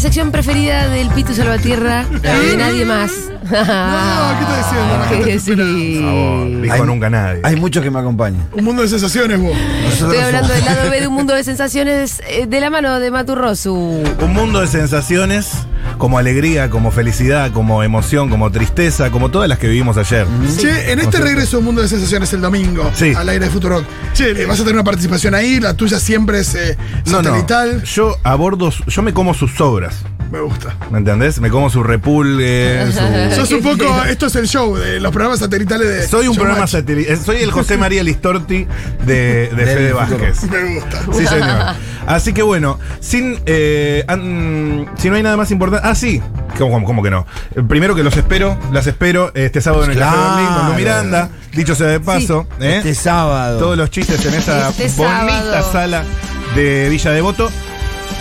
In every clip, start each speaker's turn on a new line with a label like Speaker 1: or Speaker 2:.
Speaker 1: sección preferida del Pitu Salvatierra y de nadie más. no,
Speaker 2: No, ¿qué está diciendo? La gente te espera.
Speaker 3: Dijo
Speaker 4: Hay-
Speaker 3: nunca nadie.
Speaker 4: Hay muchos que me acompañan.
Speaker 2: Un mundo de sensaciones, vos.
Speaker 4: Nosotros
Speaker 1: Estoy hablando
Speaker 4: somos-
Speaker 1: del lado B de un mundo de sensaciones eh, de la mano de Maturrosu.
Speaker 3: Un mundo de sensaciones como alegría, como felicidad, como emoción, como tristeza, como todas las que vivimos ayer.
Speaker 2: Che, en este regreso al mundo de sensaciones el domingo,
Speaker 3: Sí.
Speaker 2: al aire de Futurock, che, eh, vas a tener una participación ahí, la tuya siempre es eh,
Speaker 3: No, no.
Speaker 2: satelital.
Speaker 3: Yo abordo, su- yo me como sus obras,
Speaker 2: Me gusta.
Speaker 3: ¿me entendés? Me como su repulgue, su-
Speaker 2: Sos un poco, esto es el show, de los programas satelitales de.
Speaker 3: Soy un
Speaker 2: Showmatch.
Speaker 3: programa satelital, soy el José María Listorti de, de
Speaker 4: Del
Speaker 3: Fede
Speaker 4: futuro.
Speaker 3: Vázquez.
Speaker 2: Me gusta.
Speaker 3: Sí, señor. Así que bueno, sin eh, an- si no hay nada más importante. Ah, sí. ¿Cómo, cómo- cómo que no? Eh, Primero que los espero, las espero este sábado en el Café
Speaker 4: Claro.
Speaker 3: Berlín con Lu Miranda. Dicho sea de paso, ¿eh?
Speaker 4: Este sábado.
Speaker 3: todos los chistes en esa
Speaker 1: Este
Speaker 3: bonita
Speaker 1: sábado.
Speaker 3: sala de Villa Devoto.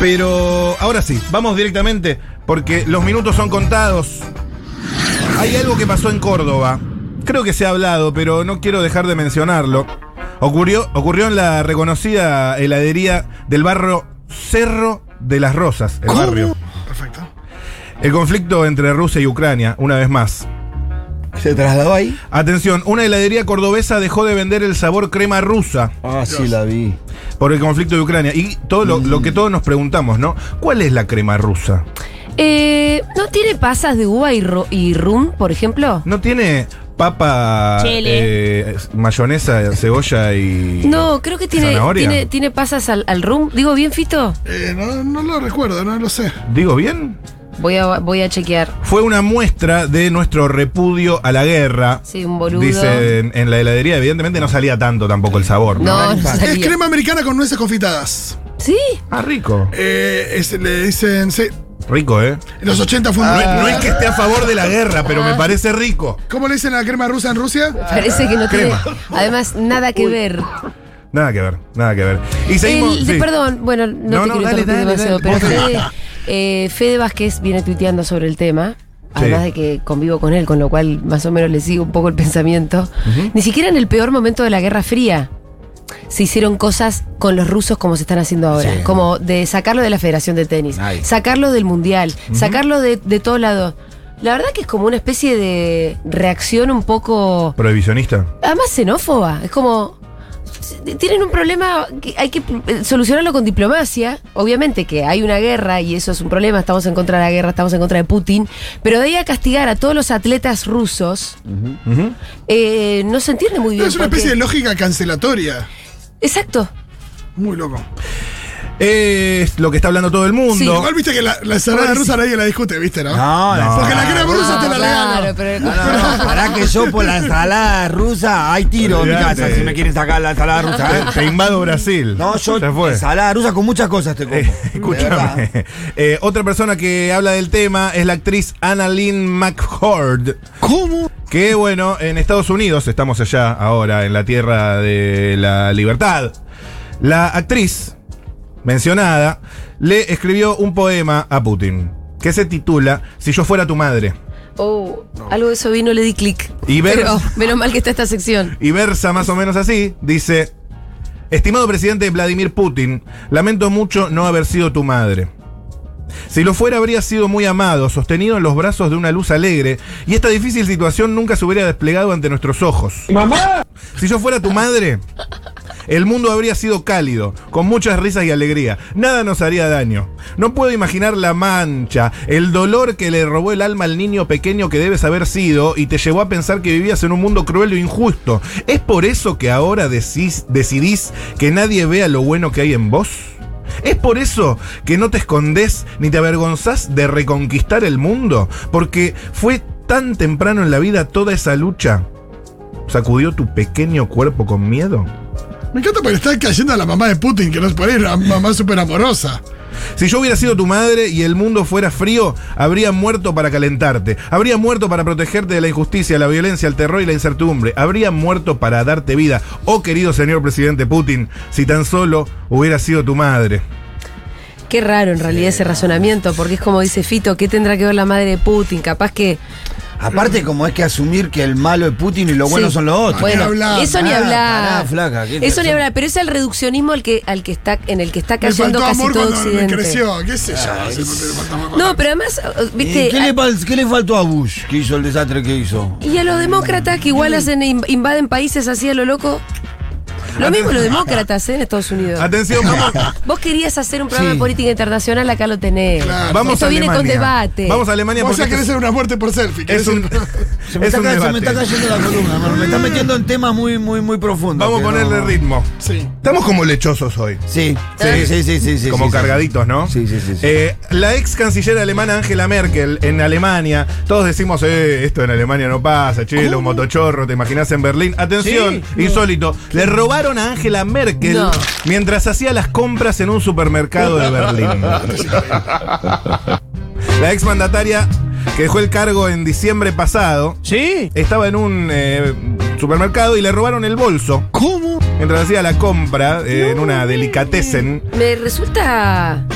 Speaker 3: Pero ahora sí, vamos directamente porque los minutos son contados. Hay algo que pasó en Córdoba. Creo que se ha hablado, pero no quiero dejar de mencionarlo. Ocurrió, ocurrió en la reconocida heladería del barrio Cerro de las Rosas, el barrio.
Speaker 2: Perfecto.
Speaker 3: El conflicto entre Rusia y Ucrania, una vez más.
Speaker 4: ¿Se trasladó ahí?
Speaker 3: Atención, una heladería cordobesa dejó de vender el sabor crema rusa.
Speaker 4: Ah, sí, la vi.
Speaker 3: por el conflicto de Ucrania. Y todo lo, lo que
Speaker 1: Mm.
Speaker 3: todos nos preguntamos, ¿no? ¿Cuál es la crema rusa?
Speaker 1: Eh, ¿No tiene pasas de uva y, ro- y rum, por ejemplo?
Speaker 3: ¿No tiene papa, eh, mayonesa, cebolla y...
Speaker 1: No, creo que tiene,
Speaker 3: ¿Zanahoria?
Speaker 1: tiene, tiene pasas al, al rum. ¿Digo bien, Fito?
Speaker 2: Eh, no, no lo recuerdo, no lo sé.
Speaker 3: ¿Digo bien?
Speaker 1: Voy a, voy a chequear.
Speaker 3: Fue una muestra de nuestro repudio a la guerra.
Speaker 1: Sí, un boludo.
Speaker 3: Dice en, en la heladería, evidentemente no salía tanto tampoco el sabor.
Speaker 1: No, no
Speaker 2: Es
Speaker 1: sabía.
Speaker 2: crema americana con nueces confitadas.
Speaker 1: ¿Sí?
Speaker 3: Ah, rico.
Speaker 2: Eh, es- le dicen. sí,
Speaker 3: Rico, ¿eh?
Speaker 2: en los 80 fue un.
Speaker 3: No es, no es que esté a favor de la guerra, pero
Speaker 1: Ah.
Speaker 3: me parece rico.
Speaker 2: ¿Cómo le dicen a la crema rusa en Rusia?
Speaker 1: Parece que no
Speaker 3: Crema.
Speaker 1: tiene. Además, nada que ver.
Speaker 3: Nada que ver, nada que ver. Y seguimos...
Speaker 1: El-
Speaker 3: sí.
Speaker 1: Perdón, bueno, no,
Speaker 3: No,
Speaker 1: te
Speaker 3: no,
Speaker 1: quiero
Speaker 3: dale,
Speaker 1: interrumpir
Speaker 3: dale,
Speaker 1: demasiado,
Speaker 3: dale.
Speaker 1: pero
Speaker 3: Vos
Speaker 1: Fede, eh, Fede Vázquez viene tuiteando sobre el tema. Además
Speaker 3: Sí.
Speaker 1: de que convivo con él, con lo cual más o menos le sigo un poco el pensamiento. Ni siquiera en el peor momento de la Guerra Fría se hicieron cosas con los rusos como se están haciendo ahora.
Speaker 4: Sí.
Speaker 1: Como de sacarlo de la Federación de Tenis,
Speaker 4: Ay.
Speaker 1: sacarlo del Mundial, sacarlo de, de todos lados. La verdad que es como una especie de reacción un poco
Speaker 3: Prohibicionista.
Speaker 1: además xenófoba. Es como. Tienen un problema que hay que eh, solucionarlo con diplomacia. Obviamente que hay una guerra y eso es un problema. Estamos en contra de la guerra, estamos en contra de Putin. Pero de ahí a castigar a todos los atletas rusos,
Speaker 3: Ujú.
Speaker 1: eh, no se entiende muy bien.
Speaker 2: Es una
Speaker 1: por qué.
Speaker 2: especie de lógica cancelatoria.
Speaker 1: Exacto.
Speaker 2: Muy loco.
Speaker 3: Es lo que está hablando todo el
Speaker 1: Sí,
Speaker 3: mundo.
Speaker 2: Igual viste que la, la ensalada rusa nadie la discute, ¿viste, no?
Speaker 4: No, la
Speaker 3: No.
Speaker 2: Porque la crema rusa
Speaker 1: No,
Speaker 2: te la
Speaker 1: Ah,
Speaker 2: Ah.
Speaker 1: claro,
Speaker 2: regalo.
Speaker 1: pero-
Speaker 3: Ah,
Speaker 4: No, no, no, pará que yo por la ensalada rusa hay tiro en mi casa
Speaker 3: Olvídate.
Speaker 4: si me quieren sacar la ensalada rusa. ¿eh?
Speaker 3: Te, te invado Brasil.
Speaker 4: No, yo
Speaker 3: Ya fue.
Speaker 4: ensalada rusa con muchas cosas te como.
Speaker 3: Eh,
Speaker 4: De verdad.
Speaker 3: escúchame. Eh, otra persona que habla del tema es la actriz Annalyn McHord.
Speaker 4: ¿Cómo?
Speaker 3: Que bueno, en Estados Unidos, estamos allá ahora, en la tierra de la libertad. La actriz mencionada le escribió un poema a Putin que se titula Si yo fuera tu madre.
Speaker 1: Oh, Algo de eso vi, no le di clic.
Speaker 3: Y ver-
Speaker 1: Pero menos mal que está esta sección.
Speaker 3: y versa más o menos así, dice, estimado presidente Vladimir Putin, lamento mucho no haber sido tu madre. Si lo fuera habría sido muy amado, sostenido en los brazos de una luz alegre, y esta difícil situación nunca se hubiera desplegado ante nuestros ojos. Si yo fuera tu madre, el mundo habría sido cálido, con muchas risas y alegría. Nada nos haría daño. No puedo imaginar la mancha, el dolor que le robó el alma al niño pequeño que debes haber sido y te llevó a pensar que vivías en un mundo cruel e injusto. ¿Es por eso que ahora decís- decidís que nadie vea lo bueno que hay en vos? ¿Es por eso que no te escondés ni te avergonzás de reconquistar el mundo? Porque fue tan temprano en la vida toda esa lucha. ¿Sacudió tu pequeño cuerpo con miedo?
Speaker 2: Me encanta porque le está cayendo a la mamá de Putin, que no es por ahí una mamá súper amorosa.
Speaker 3: Si yo hubiera sido tu madre y el mundo fuera frío, habría muerto para calentarte, habría muerto para protegerte de la injusticia, la violencia, el terror y la incertidumbre, habría muerto para darte vida. Oh querido señor presidente Putin, si tan solo hubiera sido tu madre.
Speaker 1: Qué raro en realidad ese razonamiento, porque es como dice Fito, ¿qué tendrá que ver la madre de Putin? Capaz que
Speaker 4: Aparte, como es que asumir que el malo es Putin y lo bueno
Speaker 1: Sí.
Speaker 4: son los otros.
Speaker 1: Bueno,
Speaker 2: Ni hablar,
Speaker 1: eso ni
Speaker 4: pará,
Speaker 1: hablar.
Speaker 4: pará, flaca, qué
Speaker 1: eso ni
Speaker 4: interesante.
Speaker 1: hablar, pero es el reduccionismo al que, al que está, en el que está
Speaker 2: Me
Speaker 1: cayendo
Speaker 2: faltó
Speaker 1: casi
Speaker 2: amor
Speaker 1: todo
Speaker 2: cuando me
Speaker 1: Occidente.
Speaker 2: creció, qué sé yo. si no te falta amor cuando-
Speaker 1: No, pero además, eh,
Speaker 4: ¿Y
Speaker 1: viste.
Speaker 4: ¿Qué, le, fal- qué le faltó a Bush que hizo el desastre que hizo?
Speaker 1: Y a los demócratas que igual hacen inv- invaden países así a lo loco. Lo mismo los demócratas ¿eh? en Estados Unidos.
Speaker 3: Atención, vamos.
Speaker 1: Vos querías hacer un programa
Speaker 4: Sí.
Speaker 1: de política internacional, acá lo tenés.
Speaker 2: Claro.
Speaker 3: Vamos
Speaker 1: Esto
Speaker 3: a
Speaker 1: viene
Speaker 3: Alemania.
Speaker 1: con debate.
Speaker 3: Vamos a Alemania
Speaker 2: Vos
Speaker 3: porque
Speaker 2: ya querés
Speaker 3: esto
Speaker 2: ser una muerte por selfie.
Speaker 3: es,
Speaker 2: querés
Speaker 3: es un,
Speaker 2: ser-
Speaker 4: Se me,
Speaker 3: es
Speaker 4: está,
Speaker 3: un
Speaker 4: ca- se me
Speaker 3: debate. Mm.
Speaker 4: está cayendo la columna, hermano. Me está metiendo en temas muy, muy, muy profundos.
Speaker 3: Vamos a
Speaker 4: que
Speaker 3: ponerle
Speaker 4: no-
Speaker 3: ritmo.
Speaker 2: Sí.
Speaker 3: Estamos como lechosos hoy.
Speaker 4: Sí,
Speaker 3: Sí.
Speaker 4: sí, sí, sí, sí, sí,
Speaker 3: como
Speaker 4: sí, sí.
Speaker 3: cargaditos, ¿no?
Speaker 4: Sí, sí, sí, sí.
Speaker 3: Eh, la ex canciller alemana Angela Merkel en Alemania. Todos decimos, eh, esto en Alemania no pasa, chile, un motochorro, te imaginas en Berlín. Atención, insólito. Le robaron a Angela Merkel
Speaker 1: No.
Speaker 3: mientras hacía las compras en un supermercado de Berlín. la ex mandataria que dejó el cargo en diciembre pasado.
Speaker 4: ¿Sí?
Speaker 3: Estaba en un eh, supermercado y le robaron el bolso.
Speaker 4: ¿Cómo?
Speaker 3: Mientras hacía la compra eh, en una delicatessen.
Speaker 1: Me resulta.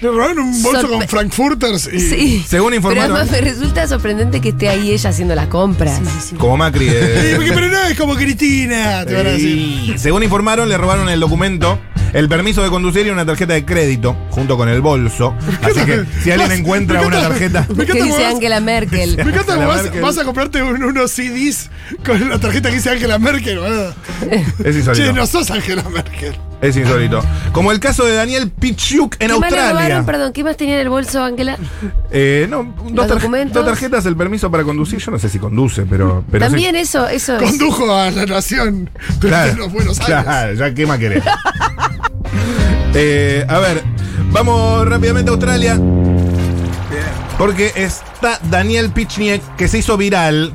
Speaker 2: Le robaron un bolso
Speaker 1: Sorpre-
Speaker 2: con Frankfurters y.
Speaker 1: Sí.
Speaker 3: Según informaron-
Speaker 1: Pero además me resulta sorprendente que esté ahí ella haciendo las compras.
Speaker 3: Como Macri.
Speaker 2: Sí,
Speaker 3: eh.
Speaker 2: porque- pero no es como Cristina, te van a decir.
Speaker 3: Y según informaron, le robaron el documento, el permiso de conducir y una tarjeta de crédito, junto con el bolso. Así que si alguien encuentra una tarjeta.
Speaker 2: Me
Speaker 1: ¿Qué
Speaker 2: encanta
Speaker 1: dice
Speaker 2: cómo vas-
Speaker 1: Angela Merkel?
Speaker 2: Me encanta,
Speaker 3: Angela
Speaker 2: vas,
Speaker 3: Merkel.
Speaker 2: vas a comprarte un- unos CDs con la tarjeta que dice Angela Merkel, boludo.
Speaker 3: Es
Speaker 2: Che, no
Speaker 3: insólito.
Speaker 2: sos Angela Merkel.
Speaker 3: Es insólito. Como el caso de Daniel Pichuk
Speaker 1: ¿Qué
Speaker 3: en
Speaker 1: más le
Speaker 3: Australia.
Speaker 1: robaron? Perdón, ¿qué más tenía en el bolso, Ángela?
Speaker 3: Eh, no, dos, tarje-
Speaker 1: documentos?
Speaker 3: dos tarjetas, el permiso para conducir. Yo no sé si conduce, pero. pero sí.
Speaker 1: También eso, eso es.
Speaker 2: Condujo a la nación durante
Speaker 3: Claro,
Speaker 2: los Buenos Aires.
Speaker 3: claro, ya qué más querés. Eh, a ver, vamos rápidamente a Australia. Porque está Daniel Pichniek que se hizo viral.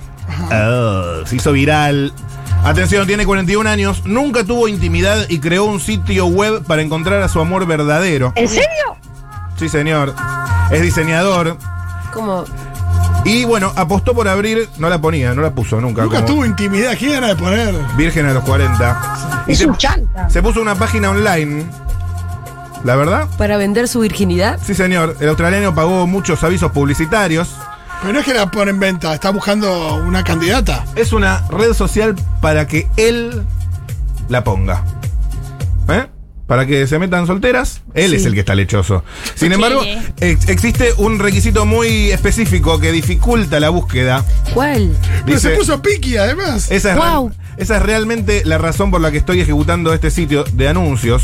Speaker 3: Oh, se hizo viral. Atención, tiene 41 años, nunca tuvo intimidad y creó un sitio web para encontrar a su amor verdadero.
Speaker 5: ¿En serio?
Speaker 3: Sí, señor. Es diseñador.
Speaker 1: como.
Speaker 3: Y bueno, apostó por abrir. No la ponía, no la puso nunca.
Speaker 2: Nunca
Speaker 3: como
Speaker 2: tuvo intimidad, ¿qué gana de poner?
Speaker 3: Virgen a los 40. Y
Speaker 5: Es
Speaker 3: se-
Speaker 5: un chanta.
Speaker 3: Se puso una página online. ¿La verdad?
Speaker 1: Para vender su virginidad.
Speaker 3: Sí, señor. El australiano pagó muchos avisos publicitarios.
Speaker 2: Pero no es que la pone en venta, está buscando una candidata.
Speaker 3: Es una red social para que él la ponga. ¿Eh? Para que se metan solteras. Él es el que está lechoso. Sin embargo, ex- existe un requisito muy específico que dificulta la búsqueda.
Speaker 1: ¿Cuál?
Speaker 2: Pero se
Speaker 3: Dice- Eh,
Speaker 2: puso piqui además.
Speaker 3: Esa es,
Speaker 1: Guau.
Speaker 3: esa es realmente la razón por la que estoy ejecutando este sitio de anuncios.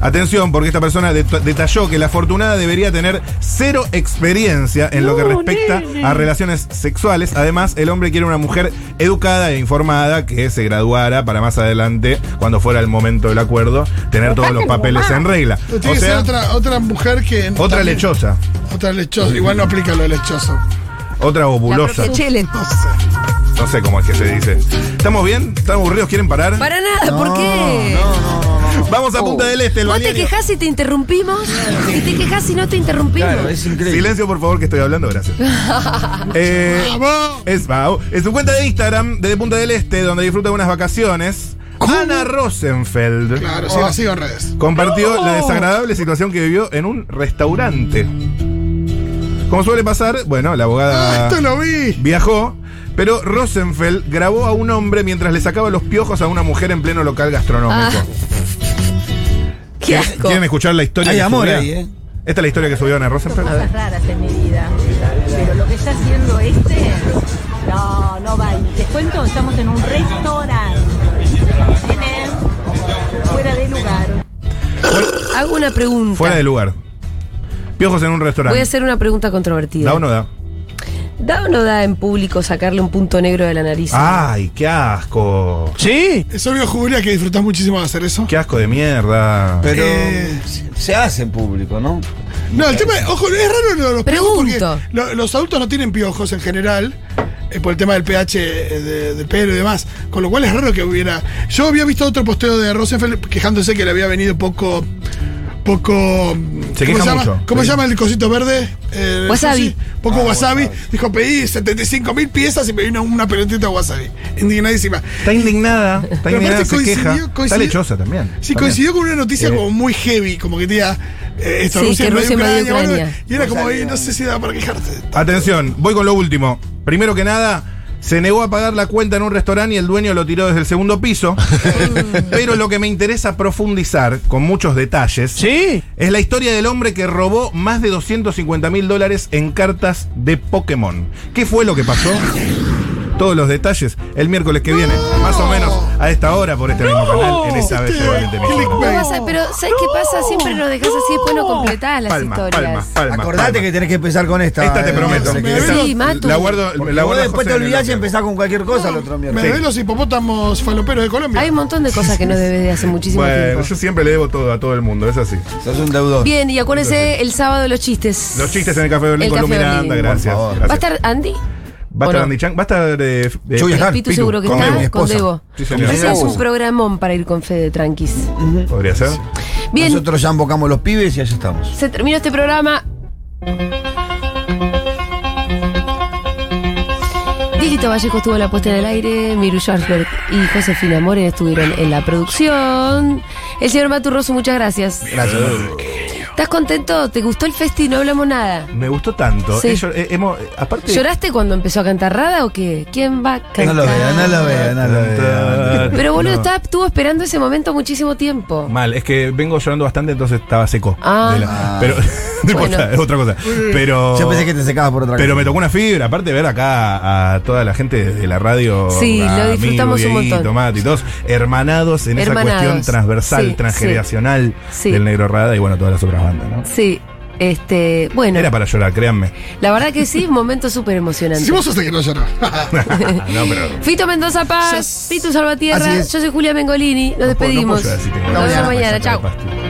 Speaker 3: Atención, porque esta persona det- detalló que la afortunada debería tener cero experiencia en lo que respecta a relaciones sexuales. Además, el hombre quiere una mujer educada e informada que se graduara para más adelante, cuando fuera el momento del acuerdo, tener todos los papeles en regla.
Speaker 2: Pero
Speaker 3: O
Speaker 2: tiene que ser
Speaker 3: sea,
Speaker 2: otra, otra mujer que.
Speaker 3: otra
Speaker 2: también-
Speaker 3: lechosa,
Speaker 2: Otra lechosa. Igual no aplica lo de lechoso.
Speaker 3: otra
Speaker 1: La
Speaker 3: ovulosa.
Speaker 1: propia Chelen.
Speaker 3: No sé cómo es que se dice. ¿Estamos bien? ¿Están aburridos? ¿Quieren parar?
Speaker 1: Para nada, ¿por qué?
Speaker 3: Vamos a Punta del Este, el
Speaker 1: Oh. Vos te
Speaker 3: balneario.
Speaker 1: quejás y te interrumpimos. Y te quejás y no te interrumpimos.
Speaker 4: Claro, es increíble.
Speaker 3: Silencio, por favor, que estoy hablando, gracias. Eh,
Speaker 2: ¡Vamos!
Speaker 3: es Bau. En su cuenta de Instagram, desde Punta del Este, donde disfruta de unas vacaciones, Ana Rosenfeld
Speaker 2: Claro, sí, la sigo en redes.
Speaker 3: compartió la desagradable situación que vivió en un restaurante. Como suele pasar, bueno, la
Speaker 2: Ah,
Speaker 3: abogada
Speaker 2: esto lo vi.
Speaker 3: viajó, pero Rosenfeld grabó a un hombre mientras le sacaba los piojos a una mujer en pleno local gastronómico.
Speaker 1: Ah, Qué asco.
Speaker 3: ¿Quieren escuchar la historia?
Speaker 4: Hay
Speaker 3: que
Speaker 4: amor
Speaker 3: subió?
Speaker 4: ahí, ¿eh?
Speaker 3: Esta es la historia que subió Ana Rosenfeld.
Speaker 6: cosas raras en mi vida. Pero lo que está haciendo este, no, no va. Y Te cuento, estamos en un restaurante. Tienen fuera de lugar.
Speaker 1: Hago una pregunta.
Speaker 3: Fuera de lugar. Piojos en un
Speaker 1: Voy a
Speaker 3: restaurante.
Speaker 1: hacer una pregunta controvertida.
Speaker 3: ¿Da o no da?
Speaker 1: ¿Da o no da en público sacarle un punto negro de la nariz?
Speaker 3: ¡Ay, qué asco!
Speaker 4: Sí.
Speaker 2: Es obvio, Julia, que disfrutás muchísimo de hacer eso.
Speaker 3: ¡Qué asco de mierda!
Speaker 4: Pero
Speaker 2: Eh.
Speaker 4: se- se hace en público, ¿no? Eh,
Speaker 2: No, el tema, ojo, es raro lo de los piojos porque
Speaker 1: Pregunto.
Speaker 2: lo- los adultos no tienen piojos en general, eh, por el tema del pH eh, de- del pelo y demás, con lo cual es raro que hubiera... Yo había visto otro posteo de Rosenfeld quejándose que le había venido poco... Poco mm,
Speaker 3: Se queja
Speaker 2: ¿Cómo,
Speaker 3: mucho.
Speaker 2: Llama, ¿Cómo llama el cosito verde? Eh,
Speaker 1: Wasabi.
Speaker 2: sushi. Poco
Speaker 4: Ah,
Speaker 2: wasabi.
Speaker 4: wasabi.
Speaker 2: Dijo, pedí 75 mil piezas y me vino una pelotita de wasabi. Indignadísima.
Speaker 3: Está indignada, está
Speaker 2: Pero
Speaker 3: indignada,
Speaker 2: aparte
Speaker 3: se
Speaker 2: coincidió-
Speaker 3: queja. Está
Speaker 2: coincidió-
Speaker 3: lechosa también.
Speaker 2: Sí,
Speaker 3: también.
Speaker 2: coincidió con una noticia
Speaker 3: Eh.
Speaker 2: como muy heavy, como que tenía eh, esto,
Speaker 1: Sí, que
Speaker 2: invadió
Speaker 1: Rusia invadió Ucrania.
Speaker 2: boludo, Y era
Speaker 4: No
Speaker 2: como,
Speaker 4: sabía.
Speaker 2: eh, no sé si daba para quejarte.
Speaker 3: Atención, voy con lo último. Primero que nada, se negó a pagar la cuenta en un restaurante y el dueño lo tiró desde el segundo piso. Pero lo que me interesa profundizar, con muchos detalles,
Speaker 4: Sí.
Speaker 3: es la historia del hombre que robó más de 250 mil dólares en cartas de Pokémon. ¿Qué fue lo que pasó? Todos los detalles el miércoles que viene, más o menos a esta hora por este mismo canal, en esta vez
Speaker 2: Este,
Speaker 3: de 20
Speaker 1: No
Speaker 2: clickbait.
Speaker 3: minutos.
Speaker 1: vas a- pero ¿sabes qué pasa? Siempre nos dejas así, después no completás las
Speaker 3: Palma,
Speaker 1: historias.
Speaker 3: palma, palma.
Speaker 4: Acordate
Speaker 3: palma.
Speaker 4: que tenés que empezar con esta.
Speaker 3: Esta te
Speaker 4: eh,
Speaker 3: prometo.
Speaker 4: José, que-
Speaker 2: Me-
Speaker 3: Esta
Speaker 1: Sí, Matu.
Speaker 3: La guardo,
Speaker 4: Porque
Speaker 3: la
Speaker 4: vos
Speaker 3: guardo a
Speaker 4: después
Speaker 3: José
Speaker 4: te
Speaker 3: en el
Speaker 4: olvidás y
Speaker 3: bloque.
Speaker 4: empezás con cualquier cosa el otro
Speaker 2: Me
Speaker 4: miércoles.
Speaker 3: Sí.
Speaker 2: debés los hipopótamos faloperos de Colombia.
Speaker 1: Hay un montón de cosas que no debes de hace muchísimo
Speaker 3: Bueno,
Speaker 1: tiempo.
Speaker 3: yo siempre le debo todo a todo el mundo, es así.
Speaker 4: Sos un deudor.
Speaker 1: Bien, y acuérdense el sábado de los chistes.
Speaker 3: Los chistes en el Café Berlín
Speaker 1: El
Speaker 3: con
Speaker 1: Café
Speaker 3: Lu Miranda,
Speaker 1: Berlín.
Speaker 3: gracias.
Speaker 4: Por favor.
Speaker 1: ¿Va a
Speaker 3: gracias.
Speaker 1: estar Andy?
Speaker 3: Va a
Speaker 1: ¿O
Speaker 3: estar
Speaker 1: no?
Speaker 3: Andy Chang, va a estar eh, f- eh,
Speaker 4: Chuy Ajá.
Speaker 1: El Pitu
Speaker 3: Pitu,
Speaker 1: seguro que
Speaker 3: con
Speaker 1: está,
Speaker 3: Debo.
Speaker 4: mi
Speaker 1: con
Speaker 4: esposa.
Speaker 1: Debo.
Speaker 3: Sí, señor.
Speaker 1: Ese es
Speaker 4: Debo.
Speaker 1: un programón para ir con Fede Tranquis.
Speaker 3: Podría ser.
Speaker 1: Bien,
Speaker 4: Nosotros ya embocamos los pibes y allá estamos.
Speaker 1: se terminó este programa. Dígito Vallejo estuvo en la puesta en el aire, Miru Schwarzberg y Josefina Moren estuvieron en la producción. El señor Maturroso, muchas gracias.
Speaker 4: Gracias.
Speaker 3: Eh,
Speaker 1: ¿Estás contento? ¿Te gustó el festi? No hablamos nada.
Speaker 3: Me gustó tanto.
Speaker 1: Sí.
Speaker 3: Eh, yo- eh, hemos- eh, aparte.
Speaker 1: ¿Lloraste cuando empezó a cantar Rada o qué? ¿Quién va a cantar?
Speaker 4: No lo vean, no lo vean, no lo vean.
Speaker 1: Pero boludo,
Speaker 3: Eh, No.
Speaker 1: estaba, estuvo esperando ese momento muchísimo tiempo.
Speaker 3: Mal, es que vengo llorando bastante, entonces estaba seco.
Speaker 1: Ah.
Speaker 3: De
Speaker 4: Ah.
Speaker 3: Pero, no importa,
Speaker 1: Bueno.
Speaker 3: es otra cosa. Pero.
Speaker 4: Yo pensé que te secabas por otra cosa.
Speaker 3: Pero me tocó una fibra, aparte de ver acá a toda la gente de la radio.
Speaker 1: Sí,
Speaker 3: a
Speaker 1: lo disfrutamos
Speaker 3: Miru,
Speaker 1: un
Speaker 3: Dieguito,
Speaker 1: montón.
Speaker 3: Mati, todos hermanados en
Speaker 1: Hermanados.
Speaker 3: esa cuestión transversal,
Speaker 1: Sí,
Speaker 3: transgeneracional
Speaker 1: sí.
Speaker 3: del Negro Rada y bueno, todas las otras bandas, ¿no?
Speaker 1: Sí, este, bueno,
Speaker 3: Era para llorar, créanme.
Speaker 1: la verdad que sí, un momento súper emocionante.
Speaker 2: Si vos hasta que no llorar.
Speaker 3: Ah, no, pero.
Speaker 1: Fito Mendoza Paz, Pitu Salvatierra,
Speaker 4: Así
Speaker 1: yo
Speaker 4: es.
Speaker 1: soy Julia Mengolini, nos
Speaker 3: No puedo- no puedo
Speaker 1: despedimos.
Speaker 3: llorar si tengo-
Speaker 1: Nos vemos
Speaker 4: mañana,
Speaker 1: mañana,
Speaker 3: Saca
Speaker 1: chao.
Speaker 3: la pastilla.